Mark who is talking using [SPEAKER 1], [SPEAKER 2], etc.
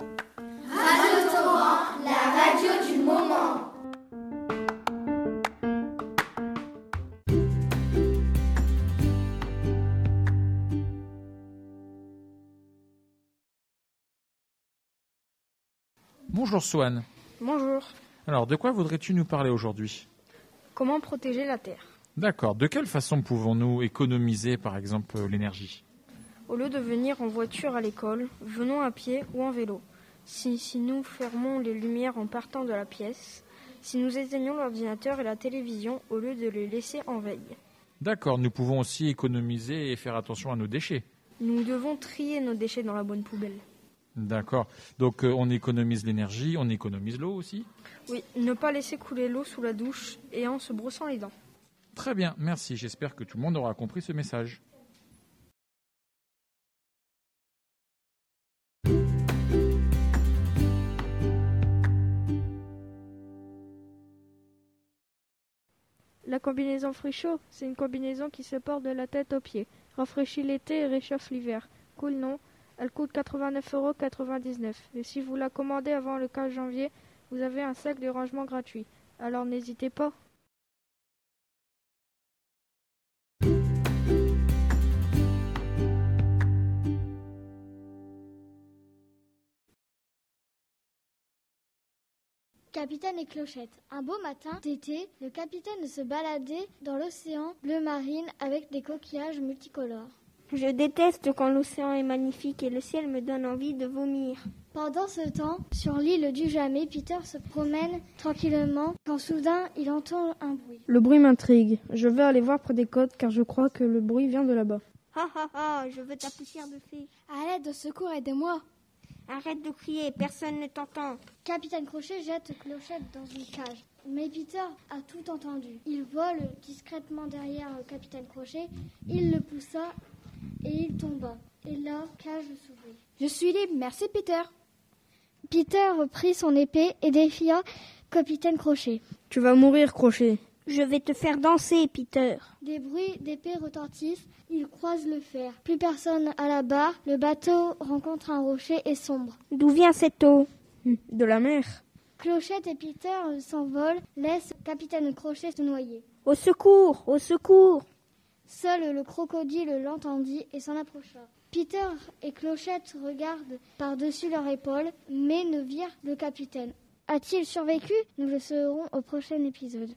[SPEAKER 1] Radio Torrent, la radio du moment.
[SPEAKER 2] Bonjour Swan.
[SPEAKER 3] Bonjour.
[SPEAKER 2] Alors, de quoi voudrais-tu nous parler aujourd'hui
[SPEAKER 3] Comment protéger la Terre
[SPEAKER 2] D'accord. De quelle façon pouvons-nous économiser, par exemple, euh, l'énergie
[SPEAKER 3] Au lieu de venir en voiture à l'école, venons à pied ou en vélo. Si, si nous fermons les lumières en partant de la pièce, si nous éteignons l'ordinateur et la télévision au lieu de les laisser en veille.
[SPEAKER 2] D'accord. Nous pouvons aussi économiser et faire attention à nos déchets.
[SPEAKER 3] Nous devons trier nos déchets dans la bonne poubelle.
[SPEAKER 2] D'accord. Donc, euh, on économise l'énergie, on économise l'eau aussi
[SPEAKER 3] Oui, ne pas laisser couler l'eau sous la douche et en se brossant les dents.
[SPEAKER 2] Très bien. Merci. J'espère que tout le monde aura compris ce message.
[SPEAKER 4] La combinaison fruits chauds, c'est une combinaison qui se porte de la tête aux pieds. Rafraîchit l'été et réchauffe l'hiver. Cool, non Elle coûte 89,99€. Et si vous la commandez avant le 15 janvier, vous avez un sac de rangement gratuit. Alors n'hésitez pas.
[SPEAKER 5] Capitaine et Clochette. Un beau matin d'été, le capitaine se baladait dans l'océan bleu marine avec des coquillages multicolores.
[SPEAKER 6] Je déteste quand l'océan est magnifique et le ciel me donne envie de vomir.
[SPEAKER 5] Pendant ce temps, sur l'île du Jamais, Peter se promène tranquillement quand soudain il entend un bruit.
[SPEAKER 7] Le bruit m'intrigue. Je vais aller voir près des côtes car je crois que le bruit vient de là-bas.
[SPEAKER 6] Ha ha ha, je veux ta poussière de fée.
[SPEAKER 5] À l'aide, au secours, aidez-moi
[SPEAKER 6] Arrête de crier, personne ne t'entend.
[SPEAKER 5] Capitaine Crochet jette Clochette dans une cage. Mais Peter a tout entendu. Il vole discrètement derrière Capitaine Crochet, il le poussa et il tomba. Et la cage s'ouvrit.
[SPEAKER 8] Je suis libre, merci Peter.
[SPEAKER 5] Peter prit son épée et défia Capitaine Crochet.
[SPEAKER 7] Tu vas mourir, Crochet.
[SPEAKER 6] Je vais te faire danser, Peter.
[SPEAKER 5] Des bruits d'épées retentissent, il croise le fer. Plus personne à la barre, le bateau rencontre un rocher et sombre.
[SPEAKER 6] D'où vient cette eau
[SPEAKER 7] De la mer.
[SPEAKER 5] Clochette et Peter s'envolent, laissent Capitaine Crochet se noyer.
[SPEAKER 6] Au secours, au secours.
[SPEAKER 5] Seul le crocodile l'entendit et s'en approcha. Peter et Clochette regardent par-dessus leur épaule, mais ne virent le capitaine. A-t-il survécu Nous le saurons au prochain épisode.